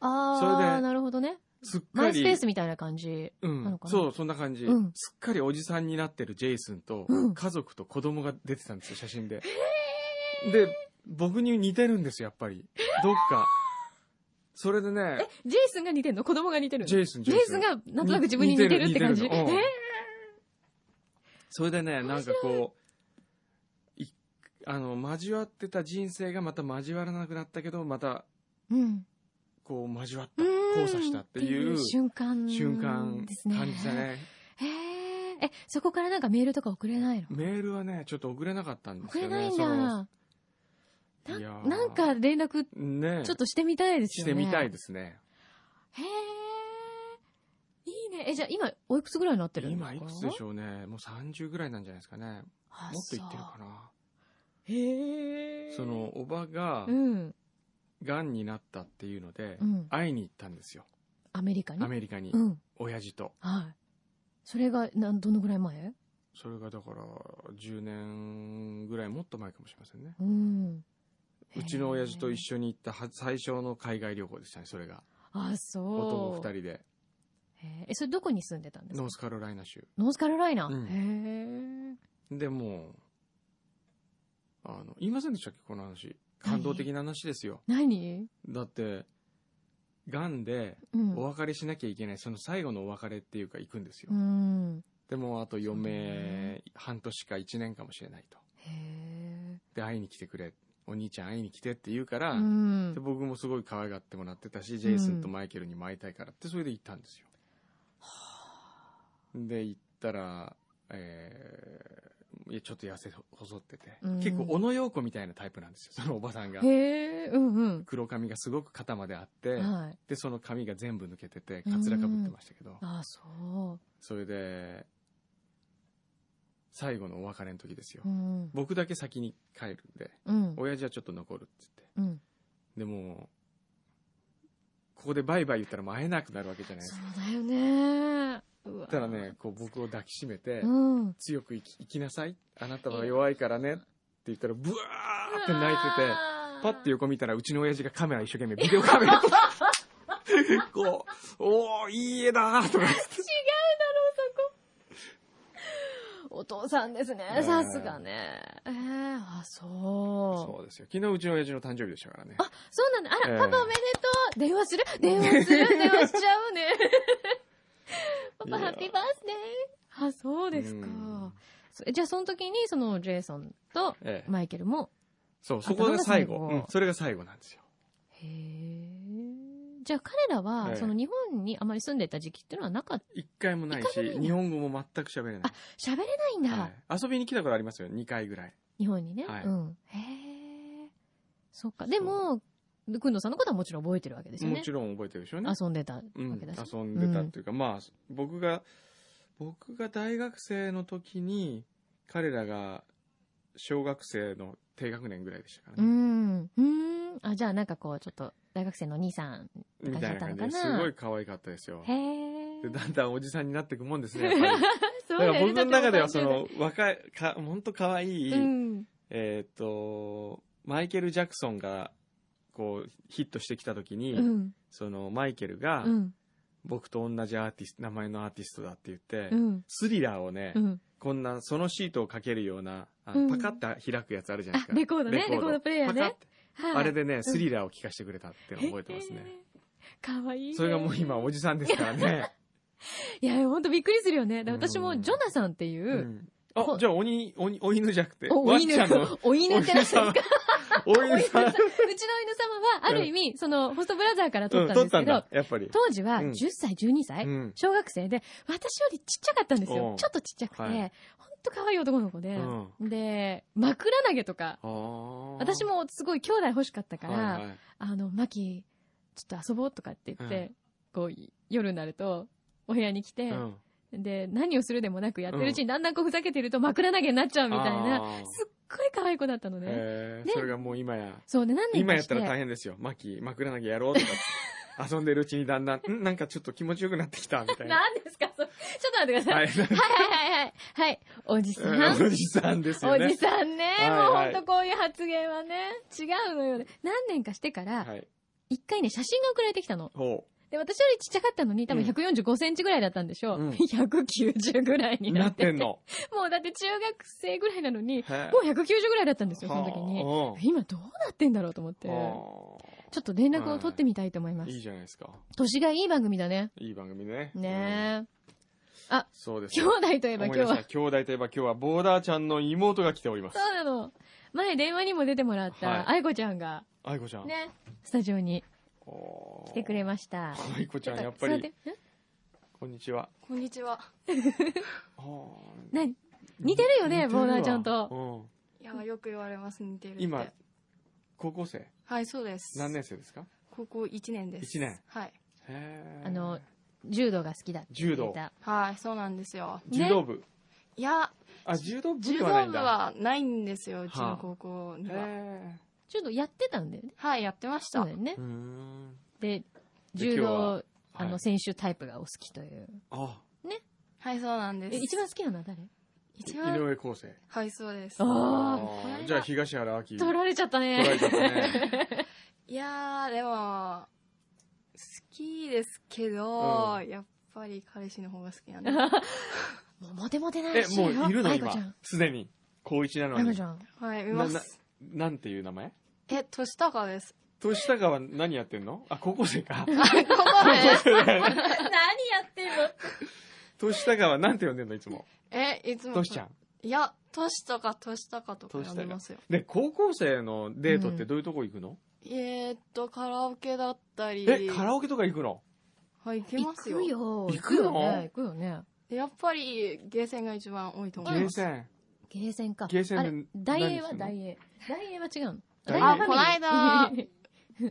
[SPEAKER 3] それ
[SPEAKER 4] ああ、
[SPEAKER 3] で
[SPEAKER 4] なるほどね。
[SPEAKER 3] すっかり。
[SPEAKER 4] マイスペースみたいな感じ。
[SPEAKER 3] う
[SPEAKER 4] なの
[SPEAKER 3] ん
[SPEAKER 4] か、な
[SPEAKER 3] そう、そんな感じ、
[SPEAKER 4] うん
[SPEAKER 3] すっかりおじさんになってるジェイソンと
[SPEAKER 4] うん、
[SPEAKER 3] 家族と子供が出てたんですよ、写真で。で、僕に似てるんですよ、やっぱり。どっか。それでね、
[SPEAKER 4] ジェイソンが似てんの子供が似てるの
[SPEAKER 3] ジェイソン、
[SPEAKER 4] ジェイソンがなんとなく自分に
[SPEAKER 3] 似
[SPEAKER 4] 似
[SPEAKER 3] て
[SPEAKER 4] てる
[SPEAKER 3] る
[SPEAKER 4] って感じ。え
[SPEAKER 3] 似てるのうん
[SPEAKER 4] ー
[SPEAKER 3] それでね、なんかこう、いあの、交わってた人生がまた交わらなくなったけど、また、
[SPEAKER 4] うん。
[SPEAKER 3] こう、交わった、
[SPEAKER 4] うん
[SPEAKER 3] 交差したっていう
[SPEAKER 4] 瞬間。
[SPEAKER 3] 瞬間
[SPEAKER 4] ですね。
[SPEAKER 3] 感じた。ね。
[SPEAKER 4] へえ。え、そこからなんかメールとか送れないの
[SPEAKER 3] メールはね、ちょっと送れなかったんです
[SPEAKER 4] 送
[SPEAKER 3] よ
[SPEAKER 4] れ
[SPEAKER 3] ね。
[SPEAKER 4] ないんだ。
[SPEAKER 3] その
[SPEAKER 4] な
[SPEAKER 3] いやー
[SPEAKER 4] なんか連絡
[SPEAKER 3] ね
[SPEAKER 4] ちょっとしてみたいです
[SPEAKER 3] し
[SPEAKER 4] よね。
[SPEAKER 3] てみたい。ですね。
[SPEAKER 4] へえ。いいね。え、じゃあ今、おいくつぐらいになってるんですか
[SPEAKER 3] 今いくつでし
[SPEAKER 4] ょ
[SPEAKER 3] ょうね。もう30ぐらいなんじゃないですかね。もっといってるかな。
[SPEAKER 4] へえ。
[SPEAKER 3] その、、おばが
[SPEAKER 4] う、ん。
[SPEAKER 3] 癌になったっていうので
[SPEAKER 4] う、ん。
[SPEAKER 3] 会いに行ったんですよ。
[SPEAKER 4] アメリカに
[SPEAKER 3] アメリカに
[SPEAKER 4] う、ん。
[SPEAKER 3] 親父と。
[SPEAKER 4] はい。それが、なん、どのぐらい前
[SPEAKER 3] それがだから、10年ぐらいもっと前かもしれませんね。
[SPEAKER 4] うん。
[SPEAKER 3] うちの親父と一
[SPEAKER 4] 緒。
[SPEAKER 3] 緒に行ったは最初の海外旅行でしたね、それが。
[SPEAKER 4] あ、そう。
[SPEAKER 3] 男二人で。
[SPEAKER 4] へえ。え、それどこに住んでたんです
[SPEAKER 3] ノ
[SPEAKER 4] か
[SPEAKER 3] ースカロライナ州。
[SPEAKER 4] ノースカロライナ。
[SPEAKER 3] うん
[SPEAKER 4] へえ。
[SPEAKER 3] でもう、あの、言いませんでしたっけ、この話。感動的な話ですよ。
[SPEAKER 4] 何
[SPEAKER 3] だって、癌で、
[SPEAKER 4] うん。
[SPEAKER 3] お別れしなきゃいけない、その最後のお別れっていうか行くんですよ。
[SPEAKER 4] うん。
[SPEAKER 3] でも、あと余
[SPEAKER 4] ね
[SPEAKER 3] 命、半年か1年かもしれないと。
[SPEAKER 4] へえ。
[SPEAKER 3] で、会いに来てくれ。お兄ちゃん会いに来てって言うから、
[SPEAKER 4] うん
[SPEAKER 3] で。僕もすごい可愛がってもらってたし、ジェイソンとマイケルにも会いたいからって、それで行ったんですよ。で、行ったら、えーいやちょっと痩せ細ってて、
[SPEAKER 4] うん
[SPEAKER 3] 結構、小野洋子みたいなタイプなんですよ、そのおばさんが。
[SPEAKER 4] へえ。うん
[SPEAKER 3] 黒髪がすごく肩まであって、
[SPEAKER 4] うん。はい。
[SPEAKER 3] で、その髪が全部抜けてて、カツラかぶってましたけど、
[SPEAKER 4] あ、そ
[SPEAKER 3] それで、最後のお別れの時ですよ
[SPEAKER 4] う。う。ん。
[SPEAKER 3] 僕だけ先に帰るんで、
[SPEAKER 4] うん。
[SPEAKER 3] 親父はちょっと残るって言って。
[SPEAKER 4] うん。
[SPEAKER 3] でも、ここでバイバイ言ったらもう会えなくなるわけじゃないで
[SPEAKER 4] そ
[SPEAKER 3] す
[SPEAKER 4] う
[SPEAKER 3] か。
[SPEAKER 4] だよね。うわ
[SPEAKER 3] だからね、。こう僕を抱きしめて、
[SPEAKER 4] うん。
[SPEAKER 3] 強く生き生きなさい。あなたは弱いからね。って言ったら、ブワーって泣いてて、パッて横見たら、うちの親父がカメラ一生懸命、ビデオカメ ラ。こう、おー、いい家だーとか言って。
[SPEAKER 4] お父さんですね
[SPEAKER 3] え。え
[SPEAKER 4] さすがね。ええあ、そう。
[SPEAKER 3] そうですよ。昨日うちの親父の誕生日でしたからね。
[SPEAKER 4] そうなんだ。あら、
[SPEAKER 3] ええ
[SPEAKER 4] パパおめでとう電話する電話する電話しちゃうね。パパハッピーバースデーあ、そうですか
[SPEAKER 3] うん。
[SPEAKER 4] そじゃあ、その時に、その、ジェイソンと
[SPEAKER 3] ええ
[SPEAKER 4] マイケルも、
[SPEAKER 3] そう、そこが最後。う
[SPEAKER 4] 頭が最
[SPEAKER 3] ん
[SPEAKER 4] 後、
[SPEAKER 3] それが最後なんですよ。
[SPEAKER 4] へえ。じゃあ、彼らは、
[SPEAKER 3] ええ
[SPEAKER 4] その、日本にあまり住んでいた時期っていうのはなかった。
[SPEAKER 3] 一回もないし、日本語も全く喋れない。
[SPEAKER 4] 喋れないんだ。
[SPEAKER 3] はい、遊びに来たことありますよ、2回ぐらい。
[SPEAKER 4] 日本にね。
[SPEAKER 3] はい
[SPEAKER 4] うん。へえ。そっか。でも、くんのさんのことはもちろん覚えてるわけですよね
[SPEAKER 3] も。ちろん覚えてるでしょうね。
[SPEAKER 4] 遊んでたわ
[SPEAKER 3] うん、
[SPEAKER 4] けだし。
[SPEAKER 3] 遊んでたっていうか、まあ、僕が、僕が大学生の時に、彼らが小学生の低学年ぐらいでしたから
[SPEAKER 4] う
[SPEAKER 3] ね。
[SPEAKER 4] ん。うん。あ、じゃあ、なんかこう、ちょっと、大学生のお兄さん。
[SPEAKER 3] みたいな感じで、
[SPEAKER 4] 感じだった
[SPEAKER 3] す
[SPEAKER 4] のかな
[SPEAKER 3] ごい可愛かったですよ。
[SPEAKER 4] へえ。
[SPEAKER 3] で、だんだんおじさんになっていくもんですね、やっぱり。
[SPEAKER 4] そ
[SPEAKER 3] だから
[SPEAKER 4] うだよね
[SPEAKER 3] 僕の中では、
[SPEAKER 4] だって
[SPEAKER 3] その、若い、か、ほんと可愛い、
[SPEAKER 4] うん。
[SPEAKER 3] えーっと、マイケル・ジャクソンが、こう、ヒットしてきた時に、
[SPEAKER 4] うん。
[SPEAKER 3] その、マイケルが
[SPEAKER 4] う、ん。
[SPEAKER 3] 僕と同じアーティスト、名前のアーティストだって言って、
[SPEAKER 4] うん。
[SPEAKER 3] スリラーをね、
[SPEAKER 4] うん。
[SPEAKER 3] こんな、そのシートをかけるような、あ
[SPEAKER 4] うん
[SPEAKER 3] パカッて開くやつあるじゃないですか。
[SPEAKER 4] あレコードねレコードプレイヤーね
[SPEAKER 3] パカッて
[SPEAKER 4] はい
[SPEAKER 3] あれでね、スリラーを聴かせてくれたっていうのを覚えてますね。。
[SPEAKER 4] かわいいね。
[SPEAKER 3] それがもう今、おじさんですからね。
[SPEAKER 4] いや、ほんとびっくりするよね。で
[SPEAKER 3] うん
[SPEAKER 4] 私も、ジョナサンっていうう、
[SPEAKER 3] ん、あ、じゃあ、鬼、鬼、お犬じゃなくて、
[SPEAKER 4] お
[SPEAKER 3] ワ
[SPEAKER 4] お
[SPEAKER 3] ン
[SPEAKER 4] 犬
[SPEAKER 3] ちゃんの、、
[SPEAKER 4] お犬ってなんですか
[SPEAKER 3] お犬さん、
[SPEAKER 4] うちの犬様は、ある意味、その、ホストブラザーから
[SPEAKER 3] う
[SPEAKER 4] 撮っ
[SPEAKER 3] ん、
[SPEAKER 4] たん
[SPEAKER 3] 撮
[SPEAKER 4] で
[SPEAKER 3] っ
[SPEAKER 4] す
[SPEAKER 3] た
[SPEAKER 4] け
[SPEAKER 3] ん
[SPEAKER 4] ど
[SPEAKER 3] だ、、やっぱり。
[SPEAKER 4] 当時は
[SPEAKER 3] うん
[SPEAKER 4] 10歳、12歳、
[SPEAKER 3] うん。
[SPEAKER 4] 小学生で、私よりちっちゃかったんです
[SPEAKER 3] う
[SPEAKER 4] よ
[SPEAKER 3] ん。
[SPEAKER 4] ちょっとちっちゃくて、
[SPEAKER 3] は
[SPEAKER 4] ほ
[SPEAKER 3] い
[SPEAKER 4] んと可愛い男の子で
[SPEAKER 3] う、ん。
[SPEAKER 4] で、枕投げとか、
[SPEAKER 3] あー
[SPEAKER 4] 私、もすごい兄弟欲しかったから、
[SPEAKER 3] はいはい
[SPEAKER 4] あの、マキ、ちょっと遊ぼうとかって言って、こう、夜になると、お部屋に来て、
[SPEAKER 3] うん
[SPEAKER 4] で、何をするでもなくやってるうちにだんだんこうふざけてると枕投げになっちゃうみたいな、
[SPEAKER 3] あー
[SPEAKER 4] すっごい可愛い子だったのね。
[SPEAKER 3] へー
[SPEAKER 4] ね
[SPEAKER 3] それがもう今や、
[SPEAKER 4] そうで、何年
[SPEAKER 3] 今
[SPEAKER 4] か
[SPEAKER 3] やっ
[SPEAKER 4] して
[SPEAKER 3] たら大変ですよ。マキ、枕投げやろうとかって遊んでるうちにだんだん、んなんかちょっと気持ちよくなってきた、みたいな。
[SPEAKER 4] 何ですかそれちょっと待ってくださ。
[SPEAKER 3] はいい。
[SPEAKER 4] はいはいはいはい。はい。おじさん。
[SPEAKER 3] おじさんですよ
[SPEAKER 4] お
[SPEAKER 3] ね
[SPEAKER 4] じ。さんね、
[SPEAKER 3] はいはい
[SPEAKER 4] もうほんとこういう発言はね、違うのよね。何年かしてから、
[SPEAKER 3] はい。
[SPEAKER 4] 一回ね、写真が送られてきたの。
[SPEAKER 3] ほ
[SPEAKER 4] で、私よりちっちゃかったのに、多分
[SPEAKER 3] うん
[SPEAKER 4] 145センチぐらいだったんでしょう。
[SPEAKER 3] うん。
[SPEAKER 4] 190ぐらいうにな
[SPEAKER 3] な
[SPEAKER 4] っ
[SPEAKER 3] ってて
[SPEAKER 4] て。
[SPEAKER 3] んの。
[SPEAKER 4] もうだって中学生ぐらいなのに、も
[SPEAKER 3] は
[SPEAKER 4] う190ぐらいだったんですよ、その時に。
[SPEAKER 3] に。
[SPEAKER 4] 今どうなってんだろうと思って。
[SPEAKER 3] は
[SPEAKER 4] ちょっと連絡を取ってみたいと思いま
[SPEAKER 3] あ
[SPEAKER 4] す。
[SPEAKER 3] いいじゃないですか。
[SPEAKER 4] 年がいい番組だね。
[SPEAKER 3] いい番組ね。え。
[SPEAKER 4] ねえ。
[SPEAKER 3] そうです
[SPEAKER 4] 兄
[SPEAKER 3] よ。
[SPEAKER 4] 弟といえば
[SPEAKER 3] 思
[SPEAKER 4] 今
[SPEAKER 3] い出
[SPEAKER 4] 日
[SPEAKER 3] し
[SPEAKER 4] は
[SPEAKER 3] た。兄弟といえば今日はボーダーちゃんの妹が来ております
[SPEAKER 4] そ。うなの。前電話にも出てもらっ
[SPEAKER 3] はい
[SPEAKER 4] た愛子ちゃんが、
[SPEAKER 3] 愛子ちゃん。
[SPEAKER 4] ね、スタジオに
[SPEAKER 3] 来
[SPEAKER 4] 来てくれました。
[SPEAKER 3] 愛子ちゃん、やっぱ
[SPEAKER 4] ちょ
[SPEAKER 3] り、
[SPEAKER 4] と。座ってん
[SPEAKER 3] こんにちは。
[SPEAKER 5] こんにちは
[SPEAKER 3] あー
[SPEAKER 4] 何似てるよね
[SPEAKER 3] 似てるわ
[SPEAKER 4] ボーダーちゃんと
[SPEAKER 3] うん。
[SPEAKER 6] いや、よく言われます、似てるって。
[SPEAKER 3] 今、高校生
[SPEAKER 6] はい、そうです。
[SPEAKER 3] 何年生ですか
[SPEAKER 6] 高校1年です。
[SPEAKER 3] 一年
[SPEAKER 6] はい。
[SPEAKER 3] へー
[SPEAKER 4] あの、柔道が好きだって言ってた
[SPEAKER 3] 柔道
[SPEAKER 6] はい、そうなんですよ。
[SPEAKER 3] 柔道部。
[SPEAKER 6] いや、
[SPEAKER 3] あ、柔道部
[SPEAKER 6] 柔
[SPEAKER 3] ではないん
[SPEAKER 6] 道部
[SPEAKER 3] だ。
[SPEAKER 6] はないんですよ、うち
[SPEAKER 3] はあ
[SPEAKER 6] の高校には。
[SPEAKER 3] へ
[SPEAKER 4] 柔道やってたんだよね。
[SPEAKER 6] はい、やってまし
[SPEAKER 4] そ
[SPEAKER 6] た
[SPEAKER 4] うだ。よね
[SPEAKER 3] ーう。ん。
[SPEAKER 4] で、
[SPEAKER 3] で
[SPEAKER 4] 柔
[SPEAKER 3] 今日は
[SPEAKER 4] 道、あ
[SPEAKER 3] はい
[SPEAKER 4] の、選手タイプがお好きという。
[SPEAKER 3] あ、
[SPEAKER 6] はい、そうなんで
[SPEAKER 4] え
[SPEAKER 6] す。
[SPEAKER 4] 一番好きなのは誰
[SPEAKER 6] 一
[SPEAKER 3] 井
[SPEAKER 6] 番
[SPEAKER 3] 上康生。
[SPEAKER 6] はい、そうです。
[SPEAKER 4] あ
[SPEAKER 6] この間
[SPEAKER 3] じゃあ、東原明。
[SPEAKER 4] 取られちゃった
[SPEAKER 3] 取られ
[SPEAKER 4] ね。
[SPEAKER 3] た ね。
[SPEAKER 6] いやー、でも、好きですけど、
[SPEAKER 3] うん
[SPEAKER 6] やっぱり彼氏の方が好 きなんです。
[SPEAKER 4] もうモテモテない
[SPEAKER 3] え、
[SPEAKER 4] し
[SPEAKER 3] もういるの
[SPEAKER 4] 愛子ちゃ
[SPEAKER 3] 今
[SPEAKER 4] ん。。
[SPEAKER 3] すでに。高一なの
[SPEAKER 4] 愛子
[SPEAKER 3] に
[SPEAKER 4] ち。ゃ ん。
[SPEAKER 6] はい、い
[SPEAKER 3] な
[SPEAKER 6] ま
[SPEAKER 3] な
[SPEAKER 6] す。
[SPEAKER 3] なんていう名前
[SPEAKER 6] え、年高です。
[SPEAKER 3] 年高は何やってんのあ、高校生 か。
[SPEAKER 6] あ、ここね。
[SPEAKER 4] 何やってんの
[SPEAKER 3] 年高はなんて呼んでんのいつも。
[SPEAKER 6] え、いつも。
[SPEAKER 3] 年ちゃん。
[SPEAKER 6] いや、年とか年とかとか呼んでますよ。
[SPEAKER 3] で、高校生のデートってどういうとこ行くの
[SPEAKER 6] えーっと、カラオケだったり。
[SPEAKER 3] え、カラオケとか行くの
[SPEAKER 6] はい、行 け
[SPEAKER 4] 行
[SPEAKER 6] ますよ。
[SPEAKER 4] くよ。
[SPEAKER 3] 行くの
[SPEAKER 4] ね。行くよね。
[SPEAKER 6] やっぱり、ゲーセンが一番多いと
[SPEAKER 3] ゲ
[SPEAKER 6] 思い
[SPEAKER 3] ー
[SPEAKER 6] ます。
[SPEAKER 3] セン。
[SPEAKER 4] ゲーセンか。
[SPEAKER 3] ゲーセン
[SPEAKER 4] あ
[SPEAKER 3] で
[SPEAKER 4] れ大英
[SPEAKER 3] 何
[SPEAKER 4] は
[SPEAKER 3] するの
[SPEAKER 4] 大英。大英は違うの。
[SPEAKER 3] 大英
[SPEAKER 4] 大英ファミリー
[SPEAKER 6] あこの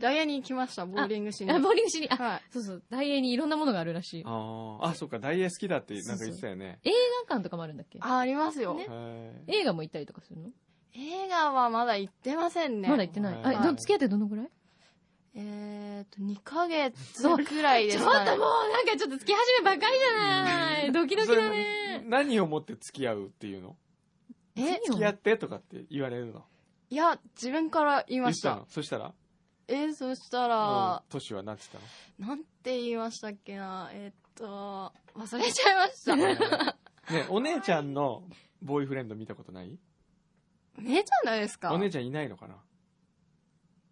[SPEAKER 6] ダイヤに行きました、ボーリングしに。
[SPEAKER 4] あボーリングしに、あ、
[SPEAKER 6] はい。
[SPEAKER 4] そうそう、大英にいろんなものがあるらしい。映
[SPEAKER 3] あーあ、そっか、ダイエー好きだってなんか言ってたよね。
[SPEAKER 4] 画館とかもあるんだっけ
[SPEAKER 6] あ、ありますよ。
[SPEAKER 4] ね
[SPEAKER 3] へー
[SPEAKER 4] 映画も行ったりとかするの
[SPEAKER 6] 映画はまだ行ってませんね。
[SPEAKER 4] まだ行ってない。
[SPEAKER 3] は
[SPEAKER 4] あ、
[SPEAKER 3] い
[SPEAKER 4] ど、付き合ってどのぐらい
[SPEAKER 6] えーっと、2ヶ月くらいで
[SPEAKER 4] ち
[SPEAKER 6] す
[SPEAKER 4] ょっ
[SPEAKER 6] かね
[SPEAKER 4] ともうなんかちょっと付き始めばっかりじゃないドキドキだね。
[SPEAKER 3] 何をもって付き合うっていうの
[SPEAKER 6] え、
[SPEAKER 4] 何を
[SPEAKER 3] 付き合ってとかって言われるの
[SPEAKER 6] いや、自分から言い
[SPEAKER 3] 言
[SPEAKER 6] ま
[SPEAKER 3] っ
[SPEAKER 6] したた
[SPEAKER 3] の。そしたら
[SPEAKER 6] えー、そしたら、
[SPEAKER 3] トシは何て言っ
[SPEAKER 6] なんて言いましたっけな。えーっと、忘れちゃいまし
[SPEAKER 3] た
[SPEAKER 6] た。
[SPEAKER 3] のねお姉ちゃんのボーイフレンド見たことない
[SPEAKER 6] 姉ちゃんのです か
[SPEAKER 3] お姉ちゃんいないのかな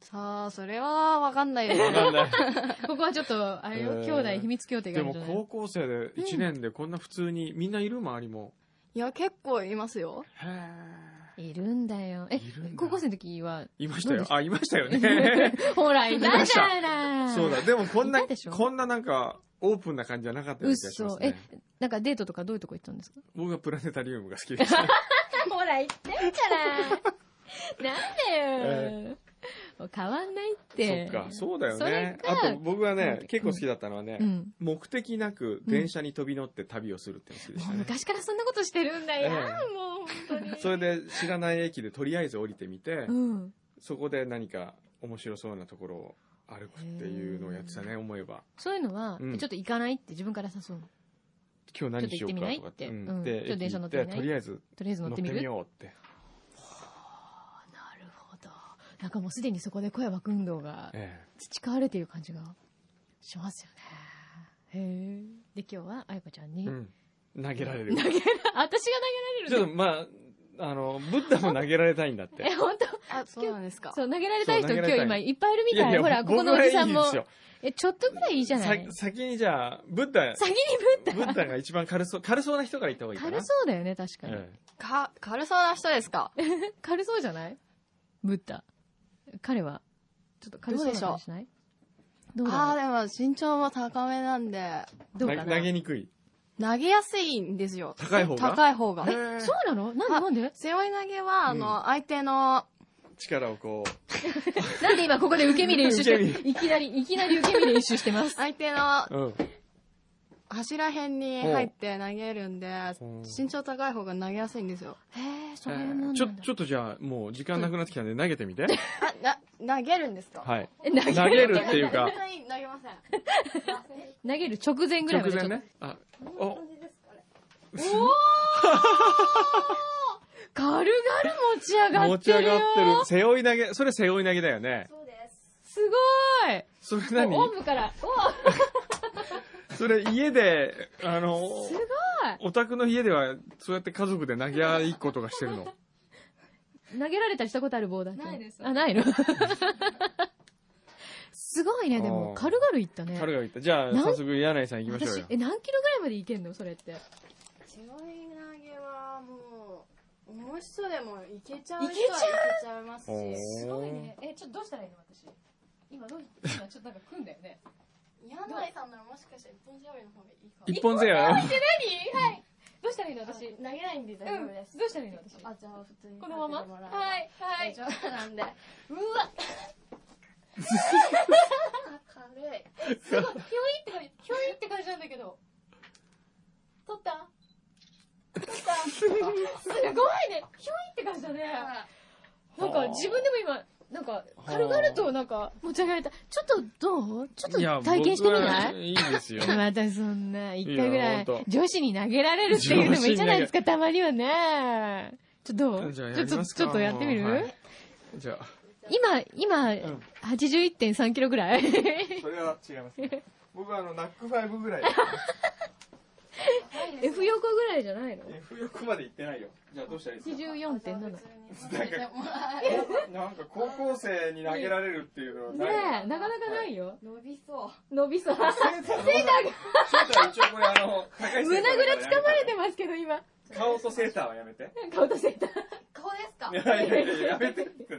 [SPEAKER 6] さあ、それはわかんないです
[SPEAKER 3] わかん
[SPEAKER 6] ね。
[SPEAKER 3] ない。
[SPEAKER 4] ここはちょっと、あれ
[SPEAKER 3] え
[SPEAKER 4] よ、
[SPEAKER 3] ー
[SPEAKER 4] 兄弟秘密協定が
[SPEAKER 3] で
[SPEAKER 4] あるん
[SPEAKER 3] も
[SPEAKER 4] じゃない
[SPEAKER 3] 高校生で1年でこんな普通に、みんないる周りも。
[SPEAKER 6] いや、結構いますよ。
[SPEAKER 3] へ
[SPEAKER 4] いるんだよ。え
[SPEAKER 3] いるんだ、
[SPEAKER 4] 高校生の 時は、
[SPEAKER 3] いましたよ。あ、いましたよ ね。
[SPEAKER 4] ほら、いたじゃない。
[SPEAKER 3] そうだ。。でもこん
[SPEAKER 4] い
[SPEAKER 3] な
[SPEAKER 4] たでしょ、
[SPEAKER 3] こんななんか、オープンな感じじゃなかったよう
[SPEAKER 4] うっ
[SPEAKER 3] な気がしま
[SPEAKER 4] そ
[SPEAKER 3] す。
[SPEAKER 4] え
[SPEAKER 3] ね。、
[SPEAKER 4] なんかデートとかどういうとこ行ったんですか
[SPEAKER 3] 僕はプラネタリウムが好きでした。
[SPEAKER 4] ほら、言ってんじゃ ない。なんだよ。もう変わんないっ
[SPEAKER 3] そ
[SPEAKER 4] て
[SPEAKER 3] っ。か、そうだよ
[SPEAKER 4] それ
[SPEAKER 3] ね。あ
[SPEAKER 4] か
[SPEAKER 3] と僕は
[SPEAKER 4] う
[SPEAKER 3] ね
[SPEAKER 4] ん、
[SPEAKER 3] 結構好きだったのはね
[SPEAKER 4] う、ん。
[SPEAKER 3] 目的なく電車に飛び乗って旅をするってのが好きでし
[SPEAKER 4] も
[SPEAKER 3] た
[SPEAKER 4] う
[SPEAKER 3] ね。
[SPEAKER 4] 昔からそんなことしてるんだ
[SPEAKER 3] ええ
[SPEAKER 4] よ。もう、本当に。
[SPEAKER 3] それで知らない駅でとりあえず降りてみて
[SPEAKER 4] う、ん。
[SPEAKER 3] そこで何か面白そうなところを歩くっていうのをやってたね、思えば。
[SPEAKER 4] そういうのは、
[SPEAKER 3] うん
[SPEAKER 4] えちょっと行かないって自分から誘うの。
[SPEAKER 3] 今日何しようかとかって。
[SPEAKER 4] ちょっと行ってみないって
[SPEAKER 3] うん
[SPEAKER 4] うんちょっと
[SPEAKER 3] で、駅行ってて、
[SPEAKER 4] 電車乗っみない
[SPEAKER 3] とりあえず
[SPEAKER 4] とりあえず乗
[SPEAKER 3] 乗
[SPEAKER 4] っ
[SPEAKER 3] ってて
[SPEAKER 4] みる
[SPEAKER 3] みようって。
[SPEAKER 4] あなるほど。なんかもうすでにそこで声枠運動が
[SPEAKER 3] ええ
[SPEAKER 4] 培われている感じがしますよね。へえ。で、今日はあやこちゃんに、
[SPEAKER 3] うん投げられる。
[SPEAKER 4] あ私が投
[SPEAKER 3] ち
[SPEAKER 4] げ
[SPEAKER 3] ょ
[SPEAKER 4] られ
[SPEAKER 3] っと
[SPEAKER 4] る
[SPEAKER 3] まあ、あの、ブッダも投げられたいんだって。
[SPEAKER 4] え、本当
[SPEAKER 6] あ、そうなんですか。
[SPEAKER 4] そう、投げられたい人
[SPEAKER 3] そう投げら
[SPEAKER 4] 今
[SPEAKER 3] れ
[SPEAKER 4] 日
[SPEAKER 3] たい
[SPEAKER 4] 今いっぱいいるみ
[SPEAKER 3] い
[SPEAKER 4] たい。
[SPEAKER 3] やいや
[SPEAKER 4] ほら、ここのおじさんも。
[SPEAKER 3] 僕はいい
[SPEAKER 4] え、ちょっとぐらいいいじゃ
[SPEAKER 3] です
[SPEAKER 4] な
[SPEAKER 3] よ
[SPEAKER 4] い
[SPEAKER 3] さ先にじゃあ、ブッダ、
[SPEAKER 4] 先に
[SPEAKER 3] ブッダが一番軽そう、軽そうな人から言った方がいいかな。
[SPEAKER 4] 軽そうだよね、確かに。
[SPEAKER 3] ええ
[SPEAKER 6] か、軽そうな人ですか
[SPEAKER 4] 軽そうじゃないブッダ。彼は、ちょっと軽そうな感じしないどうだ
[SPEAKER 6] あ
[SPEAKER 4] ろう
[SPEAKER 6] あ、でも身長も高めなんで、
[SPEAKER 4] どうか
[SPEAKER 3] な
[SPEAKER 4] な
[SPEAKER 3] 投げにくい。
[SPEAKER 6] 投げやすいんですよ。
[SPEAKER 3] 高い方が
[SPEAKER 6] 高い方が。
[SPEAKER 3] へえ
[SPEAKER 4] そうなのなんで
[SPEAKER 6] あ
[SPEAKER 4] なんで
[SPEAKER 6] 背負い投げは、あの、相手の、
[SPEAKER 3] 力をこう、
[SPEAKER 4] なんで今ここで受け身練習して
[SPEAKER 3] 受け
[SPEAKER 4] いきなり、いきなり受け身練習してます。
[SPEAKER 6] 相手の
[SPEAKER 3] うん。
[SPEAKER 6] 柱辺に入って投げるんで
[SPEAKER 3] ほう、
[SPEAKER 6] 身長高い方が投げやすいんですよ。
[SPEAKER 4] へえ、そういうもん
[SPEAKER 3] ち
[SPEAKER 4] な
[SPEAKER 3] ょ、
[SPEAKER 4] んだ
[SPEAKER 3] ち。ょっとじゃあ、もう時間なくなってきたんで投げて みて。
[SPEAKER 6] あ、な、投げるんですか
[SPEAKER 3] はい。
[SPEAKER 4] え投げ
[SPEAKER 3] 投げるっていうか
[SPEAKER 6] 投、げません。
[SPEAKER 4] 投げる直前ぐらいま
[SPEAKER 3] 直
[SPEAKER 4] でちょっ
[SPEAKER 3] 前
[SPEAKER 4] と。
[SPEAKER 3] ね。あ、お、
[SPEAKER 4] 軽々持ち上が
[SPEAKER 3] 持
[SPEAKER 4] っ
[SPEAKER 3] ち
[SPEAKER 4] て
[SPEAKER 3] 上
[SPEAKER 4] るよ
[SPEAKER 3] がってる。背負い投げ、それ背負い投げだよね。
[SPEAKER 4] すごい
[SPEAKER 3] それ何
[SPEAKER 4] おんぶから、お
[SPEAKER 3] それ家で、あの、
[SPEAKER 4] すごい
[SPEAKER 3] お宅の家では、そうやって家族で投げ合いっことかしてる の。
[SPEAKER 4] 投げられたりしたことある棒だけ
[SPEAKER 6] ないです
[SPEAKER 4] あ、ないのすごいね、でも、
[SPEAKER 3] あー
[SPEAKER 4] 軽々いったね。
[SPEAKER 3] 彼が言った。じゃあ、
[SPEAKER 4] なん
[SPEAKER 3] 早速、柳井さん行きましょう
[SPEAKER 4] 私
[SPEAKER 3] よ、。
[SPEAKER 4] え、何キロぐらいまでいけんのそれって。
[SPEAKER 6] 背負い投げはもう、重い人でもいけちゃう
[SPEAKER 4] い
[SPEAKER 6] 人は
[SPEAKER 4] け
[SPEAKER 6] い
[SPEAKER 4] ちゃう
[SPEAKER 6] けちゃいます
[SPEAKER 3] おー
[SPEAKER 6] し、
[SPEAKER 4] すごいね。え、ちょっとどうしたらいいの私。今どう、今ちょっとなんか組んだよね。
[SPEAKER 6] 柳井さんならもしかしたら一本背負いの方がいいかも。
[SPEAKER 3] 一本背負い。
[SPEAKER 4] 何はい。どうしたらいいの私。うん。
[SPEAKER 6] 投げないんで大丈夫です。
[SPEAKER 4] どうしたらいいの私。
[SPEAKER 6] あ、じゃあ普通に。
[SPEAKER 4] このまま
[SPEAKER 6] は。
[SPEAKER 4] はいい、はい
[SPEAKER 6] 大。丈夫なんで。
[SPEAKER 4] うわ、
[SPEAKER 6] あ軽い。
[SPEAKER 4] すごい。ひょいって感じ、ひょいって感じなんだけど。取 った取 ったすごいね。ひょいって感じだね。なんか自分でも今、なんか軽々となんか持ち上げられた。ちょっとどうちょっ
[SPEAKER 3] いや
[SPEAKER 4] と体験してみな
[SPEAKER 3] 僕
[SPEAKER 4] い
[SPEAKER 3] はいいですよ。
[SPEAKER 4] またそんな、一回ぐ
[SPEAKER 3] い
[SPEAKER 4] ら
[SPEAKER 3] や
[SPEAKER 4] い
[SPEAKER 3] ほんと、
[SPEAKER 4] 女子に投げられるっていうのもいいじゃないですか、たまにはね。ちょっとどう
[SPEAKER 3] じ
[SPEAKER 4] ち
[SPEAKER 3] ゃあや
[SPEAKER 4] ょ
[SPEAKER 3] り
[SPEAKER 4] ちょ
[SPEAKER 3] ますか
[SPEAKER 4] ちょっとやってみる、
[SPEAKER 3] はいじゃあ。
[SPEAKER 4] 今、今、
[SPEAKER 3] ん
[SPEAKER 4] 81.3キロぐらい
[SPEAKER 3] それは違い ます、ね。僕はあの、ナックファイブぐらい。
[SPEAKER 4] ?F 横ぐらいじゃないの
[SPEAKER 3] F 横まで行ってないよ。じゃあどうしたらいい
[SPEAKER 4] ?84.7。
[SPEAKER 3] かなんか高校生に投げられるっていうのは
[SPEAKER 4] ねえ、なかなかないよ。
[SPEAKER 6] 伸びそう。
[SPEAKER 4] 伸びそう。
[SPEAKER 3] セーターが。セーター一応これあの、高いセーター
[SPEAKER 4] 胸ぐらつかまれて
[SPEAKER 3] も。
[SPEAKER 4] ますけど、今。
[SPEAKER 3] 顔とセーターはやめ て。
[SPEAKER 4] 顔とセーター。
[SPEAKER 6] 顔ですか
[SPEAKER 3] いやいやいや、やめてって。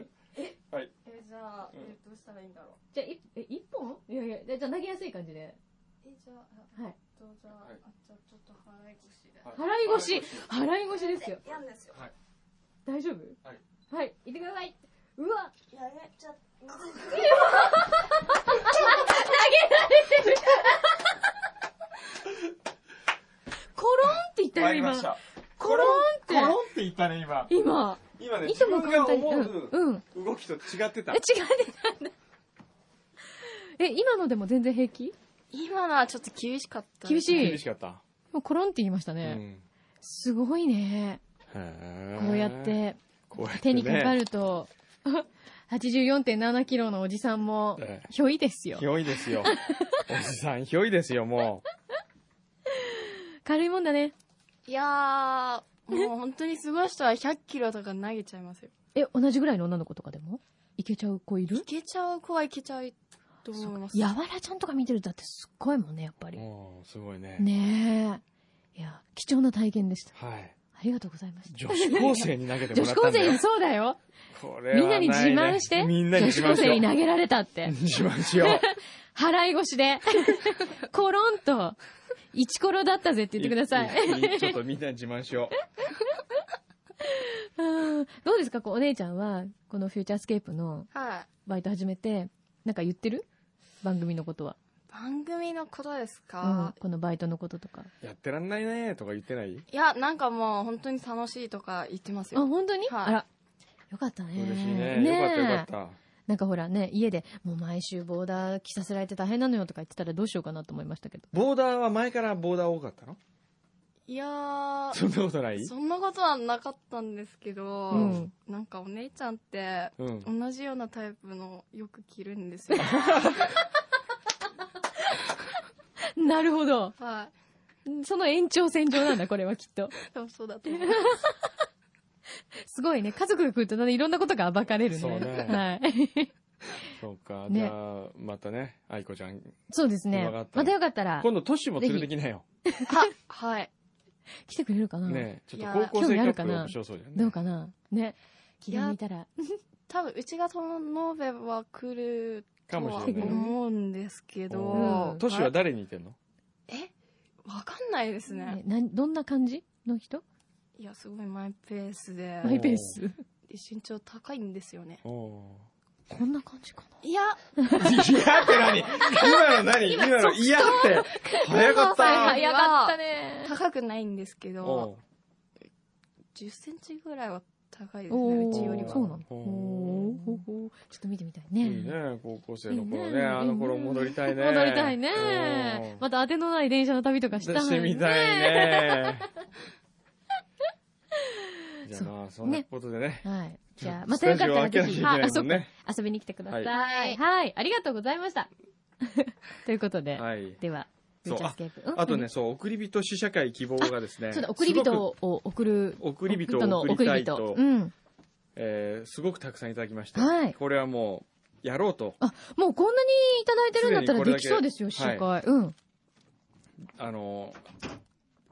[SPEAKER 3] はい。
[SPEAKER 6] え、じゃあ、
[SPEAKER 3] うん
[SPEAKER 6] えどうしたらいいんだろう。
[SPEAKER 4] じゃあ、いえ、1本いやいや、じゃあ投げやすい感じで。
[SPEAKER 6] え、じゃあ、
[SPEAKER 4] はい。
[SPEAKER 6] えっと、じゃあ、
[SPEAKER 3] はい
[SPEAKER 6] あじゃあちょっと払い腰で。
[SPEAKER 3] はい
[SPEAKER 4] 払い腰。払い腰ですよ。
[SPEAKER 6] やんですよ。
[SPEAKER 4] 大丈夫
[SPEAKER 3] はい。
[SPEAKER 4] はい、行ってください。うわ
[SPEAKER 6] やめちゃった。
[SPEAKER 4] コロンって言っ
[SPEAKER 3] 終
[SPEAKER 4] た
[SPEAKER 3] わ
[SPEAKER 4] よ、
[SPEAKER 3] りまし
[SPEAKER 4] 今。
[SPEAKER 3] た。
[SPEAKER 4] コロ
[SPEAKER 3] コロン
[SPEAKER 4] ンって。
[SPEAKER 3] って言ったね、今。
[SPEAKER 4] 今。
[SPEAKER 3] 今ね、
[SPEAKER 4] い
[SPEAKER 3] 自
[SPEAKER 4] とも
[SPEAKER 3] 分
[SPEAKER 4] 簡
[SPEAKER 3] が
[SPEAKER 4] 単に。
[SPEAKER 3] 思
[SPEAKER 4] うん。うん。
[SPEAKER 3] う動きと違ってた
[SPEAKER 4] え違う。違うえ、今のでも全然平気
[SPEAKER 6] 今のはちょっと厳しかった。
[SPEAKER 4] 厳しい
[SPEAKER 3] しかった。
[SPEAKER 4] もうコロンって言いました
[SPEAKER 3] う
[SPEAKER 4] ね。
[SPEAKER 3] ん。
[SPEAKER 4] すごいね。こうやって、
[SPEAKER 3] こうやってね、
[SPEAKER 4] 手にかかると、84.7キロのおじさんも
[SPEAKER 3] ええ、
[SPEAKER 4] ひょいですよ
[SPEAKER 3] ひ。ょいです よ。おじさん、ひょいですよ、も
[SPEAKER 4] 軽いもんだね。
[SPEAKER 6] いやー、もう本当にすごい人は100キロとか投げちゃいますよ。
[SPEAKER 4] え、同じぐらいの女の子とかでもいけちゃう子いる
[SPEAKER 6] いけちゃう子はいけちゃうと思います。
[SPEAKER 4] やわらちゃんとか見てるとだってすっごいもんね、やっぱり。
[SPEAKER 3] おーすごいね。
[SPEAKER 4] ねえ。いや、貴重な体験でした。
[SPEAKER 3] はい。
[SPEAKER 4] ありがとうございました。
[SPEAKER 3] 女子高生に投げて
[SPEAKER 4] 女
[SPEAKER 3] もら
[SPEAKER 4] 子
[SPEAKER 3] った
[SPEAKER 4] 高
[SPEAKER 3] んだ
[SPEAKER 4] 生
[SPEAKER 3] よ
[SPEAKER 4] に。そうだよ。
[SPEAKER 3] これ
[SPEAKER 4] みん
[SPEAKER 3] は
[SPEAKER 4] ないに
[SPEAKER 3] ね
[SPEAKER 4] 自慢して。
[SPEAKER 3] みんなに
[SPEAKER 4] 女
[SPEAKER 3] 自
[SPEAKER 4] 子
[SPEAKER 3] 慢
[SPEAKER 4] 高
[SPEAKER 3] しよ
[SPEAKER 4] 生
[SPEAKER 3] う
[SPEAKER 4] に。投げられたって。
[SPEAKER 3] 自慢しよう。
[SPEAKER 4] 払い越 しで、コロンと、イチコロだったぜ って言ってください。
[SPEAKER 3] いいちょっとみんなに自慢しよ
[SPEAKER 4] うんどうですかこうお姉ちゃんは、このフューチャースケープの
[SPEAKER 6] はい。
[SPEAKER 4] バイト始めて、なんか言ってる番組のことは。
[SPEAKER 6] 番組のことです
[SPEAKER 4] うん
[SPEAKER 6] か、
[SPEAKER 4] このバイトのこととか。
[SPEAKER 3] う。やってらんないねとか言ってない
[SPEAKER 6] いや、なんかもう本当に楽しいとか言ってます
[SPEAKER 4] あ、
[SPEAKER 6] よ。
[SPEAKER 4] 本当に、
[SPEAKER 6] はい
[SPEAKER 4] あら。よかったね。
[SPEAKER 3] 嬉しいね。よかったよかった。
[SPEAKER 4] なんかほらね、家でもう毎週ボーダー着させられて大変なのよとか言ってたらどうしようかなと思いましたけど。
[SPEAKER 3] ボーダーは前からボーダー多かったの
[SPEAKER 6] いやー、
[SPEAKER 3] そんなことない
[SPEAKER 6] そんなことはなかったんですけど、
[SPEAKER 4] うん
[SPEAKER 6] なんかお姉ちゃんって、
[SPEAKER 3] うん。
[SPEAKER 6] 同じようなタイプのよく着るんですよ。
[SPEAKER 4] なるほど。
[SPEAKER 6] は
[SPEAKER 4] その延長線上なんだ、これはきっと。
[SPEAKER 6] い。でもそうだと思う。
[SPEAKER 4] すごいね。家族が来るとね、いろんなことが暴かれるね。
[SPEAKER 3] そうね
[SPEAKER 4] はい。
[SPEAKER 3] そうか。
[SPEAKER 4] ね
[SPEAKER 3] じゃあ、またね、愛子ちゃん。
[SPEAKER 4] そうですね
[SPEAKER 3] わかっ。た
[SPEAKER 4] またよかったら、
[SPEAKER 3] 今度、トシも連れてきなよ。
[SPEAKER 6] は、はい。
[SPEAKER 4] 来てくれるかな、
[SPEAKER 3] ねちょっと
[SPEAKER 6] いや
[SPEAKER 3] 高校
[SPEAKER 4] 興
[SPEAKER 3] 生
[SPEAKER 4] 味
[SPEAKER 3] カ
[SPEAKER 4] あ
[SPEAKER 3] ッ
[SPEAKER 4] る
[SPEAKER 3] プ
[SPEAKER 4] か
[SPEAKER 3] ル
[SPEAKER 4] な
[SPEAKER 3] 面白そうじゃんね。
[SPEAKER 4] どうかなね。気
[SPEAKER 6] いや
[SPEAKER 4] が向いたら。
[SPEAKER 6] 多分、うちがとのべは来る
[SPEAKER 3] か
[SPEAKER 6] と
[SPEAKER 3] も
[SPEAKER 6] は
[SPEAKER 3] しれないね。
[SPEAKER 6] 思うんですけ
[SPEAKER 4] う
[SPEAKER 6] ど
[SPEAKER 4] ん、
[SPEAKER 3] トシは誰に似てんの
[SPEAKER 6] えわかんないです
[SPEAKER 4] ね
[SPEAKER 6] ね。
[SPEAKER 4] なんどんな感じの人
[SPEAKER 6] いや、すごいマイペースで、
[SPEAKER 4] マイペース。
[SPEAKER 6] で身長高いんですよね。
[SPEAKER 3] お
[SPEAKER 4] こんな感じか
[SPEAKER 6] いや、
[SPEAKER 3] ーいやって何今の何今のいやって早かっ
[SPEAKER 4] な。
[SPEAKER 6] は
[SPEAKER 3] た
[SPEAKER 6] い早かった
[SPEAKER 4] ね。
[SPEAKER 6] 高くないんですけ
[SPEAKER 3] お
[SPEAKER 6] ど、
[SPEAKER 3] う
[SPEAKER 6] 10センチぐらいは高いですね、
[SPEAKER 4] お
[SPEAKER 6] う
[SPEAKER 4] ー
[SPEAKER 6] ちより
[SPEAKER 4] そう
[SPEAKER 6] は。
[SPEAKER 4] なの。
[SPEAKER 3] おー
[SPEAKER 4] おーほほちょっと見てみたいね。
[SPEAKER 3] いいね、高校生の頃
[SPEAKER 4] いい
[SPEAKER 3] ね。
[SPEAKER 4] ね
[SPEAKER 3] あの頃戻りたいね。
[SPEAKER 4] 戻りたいね
[SPEAKER 3] う。ん
[SPEAKER 4] また当てのない電車の旅とかしたい、ね。
[SPEAKER 3] してみたい ね。じゃあまあ、そんなことでね。
[SPEAKER 4] はい。じゃあ、またよかったらぜ
[SPEAKER 3] スタジオ開けなき
[SPEAKER 4] ひ、
[SPEAKER 3] ゃいけないもんね
[SPEAKER 4] あそっか遊びに来てください。はい。はい。ありがとうございました。ということで、
[SPEAKER 3] はい。
[SPEAKER 4] では、フューチャースケープ。うん
[SPEAKER 3] あとね、、そう、送り人試写会希望がですね。
[SPEAKER 4] そうだ、送り
[SPEAKER 3] す
[SPEAKER 4] 人
[SPEAKER 3] ごく
[SPEAKER 4] を送る。
[SPEAKER 3] 送り人を
[SPEAKER 4] 送の
[SPEAKER 3] 送りたいと
[SPEAKER 4] 送り人うん。
[SPEAKER 3] えーすごくたくさんいただきました。
[SPEAKER 4] はい
[SPEAKER 3] これはもう、やろうと。
[SPEAKER 4] もうこんなにいただいてるんだったら
[SPEAKER 3] すでにこれ
[SPEAKER 4] で
[SPEAKER 3] だけ
[SPEAKER 4] きそうですよ、
[SPEAKER 3] はい
[SPEAKER 4] 試写会。うん。
[SPEAKER 3] あの、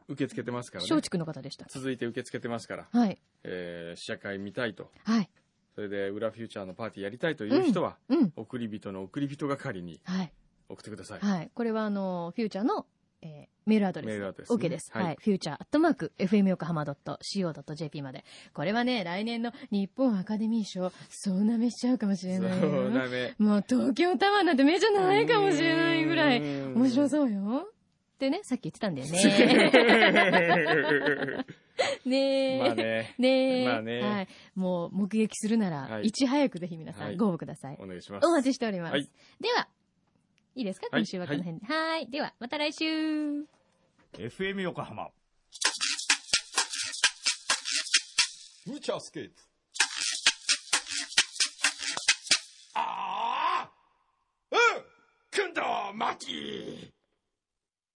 [SPEAKER 3] 受け付けてますからね
[SPEAKER 4] 松。竹の方でした。
[SPEAKER 3] 続いて受け付けてますから、
[SPEAKER 4] はい。
[SPEAKER 3] えー試写会見たいと。
[SPEAKER 4] はい。
[SPEAKER 3] それで、裏フューチャーのパーティーやりたいという人は、
[SPEAKER 4] うん。
[SPEAKER 3] 送り人の送り人係に
[SPEAKER 4] はい。
[SPEAKER 3] 送ってください。
[SPEAKER 4] はい。これは、あの、フューチャーの、えーメールアドレス。
[SPEAKER 3] メールアドレスね
[SPEAKER 4] OK です。
[SPEAKER 3] はい
[SPEAKER 4] はい。フューチャーアットマーク、fmyokohama.co.jp まで。これはね、来年の日本アカデミー賞、そうなめしちゃうかもしれないよ。
[SPEAKER 3] そうだね。
[SPEAKER 4] もう東京タワーなんて目じゃないかもしれないぐらい、面白
[SPEAKER 3] う
[SPEAKER 4] そうよ。ってね、さっき言ってたんだよ
[SPEAKER 3] ーん。
[SPEAKER 4] ね。ねえ。
[SPEAKER 3] まあね、
[SPEAKER 4] ねえ。
[SPEAKER 3] まあね
[SPEAKER 4] はい。もう目撃するなら、
[SPEAKER 3] はい
[SPEAKER 4] い、ち早くぜひ皆さ
[SPEAKER 3] はい
[SPEAKER 4] んご応募ください。
[SPEAKER 3] お願いします
[SPEAKER 4] お。待ちしております。
[SPEAKER 3] はい
[SPEAKER 4] では、いいですか
[SPEAKER 3] はい
[SPEAKER 4] 今週はこの辺で。はーい。では、また来週。
[SPEAKER 7] FM 横浜フューチャースケープ
[SPEAKER 8] ああうんくんどまき